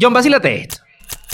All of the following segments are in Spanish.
John, vacílate esto.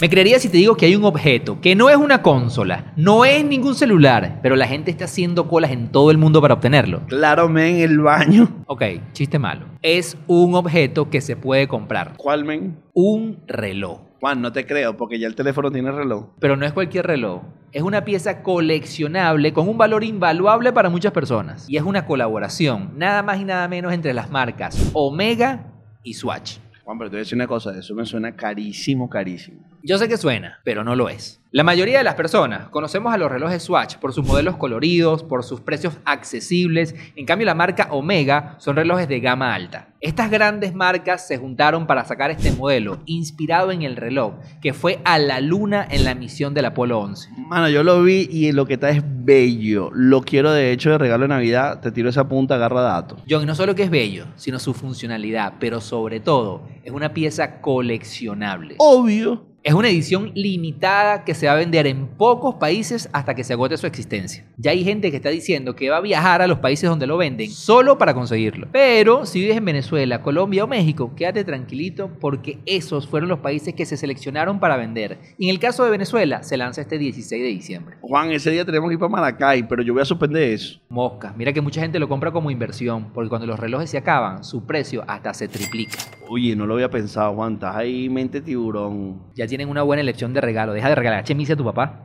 Me creería si te digo que hay un objeto que no es una consola, no es ningún celular, pero la gente está haciendo colas en todo el mundo para obtenerlo. Claro, men, el baño. Ok, chiste malo. Es un objeto que se puede comprar. ¿Cuál, men? Un reloj. Juan, no te creo, porque ya el teléfono tiene reloj. Pero no es cualquier reloj. Es una pieza coleccionable con un valor invaluable para muchas personas. Y es una colaboración, nada más y nada menos, entre las marcas Omega y Swatch. Juan, pero te voy a decir una cosa, eso me suena carísimo, carísimo. Yo sé que suena, pero no lo es. La mayoría de las personas conocemos a los relojes Swatch por sus modelos coloridos, por sus precios accesibles. En cambio, la marca Omega son relojes de gama alta. Estas grandes marcas se juntaron para sacar este modelo, inspirado en el reloj, que fue a la luna en la misión del Apolo 11. Mano, yo lo vi y lo que está es bello. Lo quiero, de hecho, de regalo de Navidad. Te tiro esa punta, agarra datos. John, y no solo que es bello, sino su funcionalidad, pero sobre todo, es una pieza coleccionable. Oh, Obvio. Es una edición limitada que se va a vender en pocos países hasta que se agote su existencia. Ya hay gente que está diciendo que va a viajar a los países donde lo venden solo para conseguirlo. Pero si vives en Venezuela, Colombia o México, quédate tranquilito porque esos fueron los países que se seleccionaron para vender. Y en el caso de Venezuela, se lanza este 16 de diciembre. Juan, ese día tenemos que ir para Maracay, pero yo voy a suspender eso. Mosca, mira que mucha gente lo compra como inversión porque cuando los relojes se acaban, su precio hasta se triplica. Oye, no lo había pensado, Juan. Estás ahí, mente tiburón. Ya tienen una buena elección de regalo. Deja de regalar chemisa a tu papá.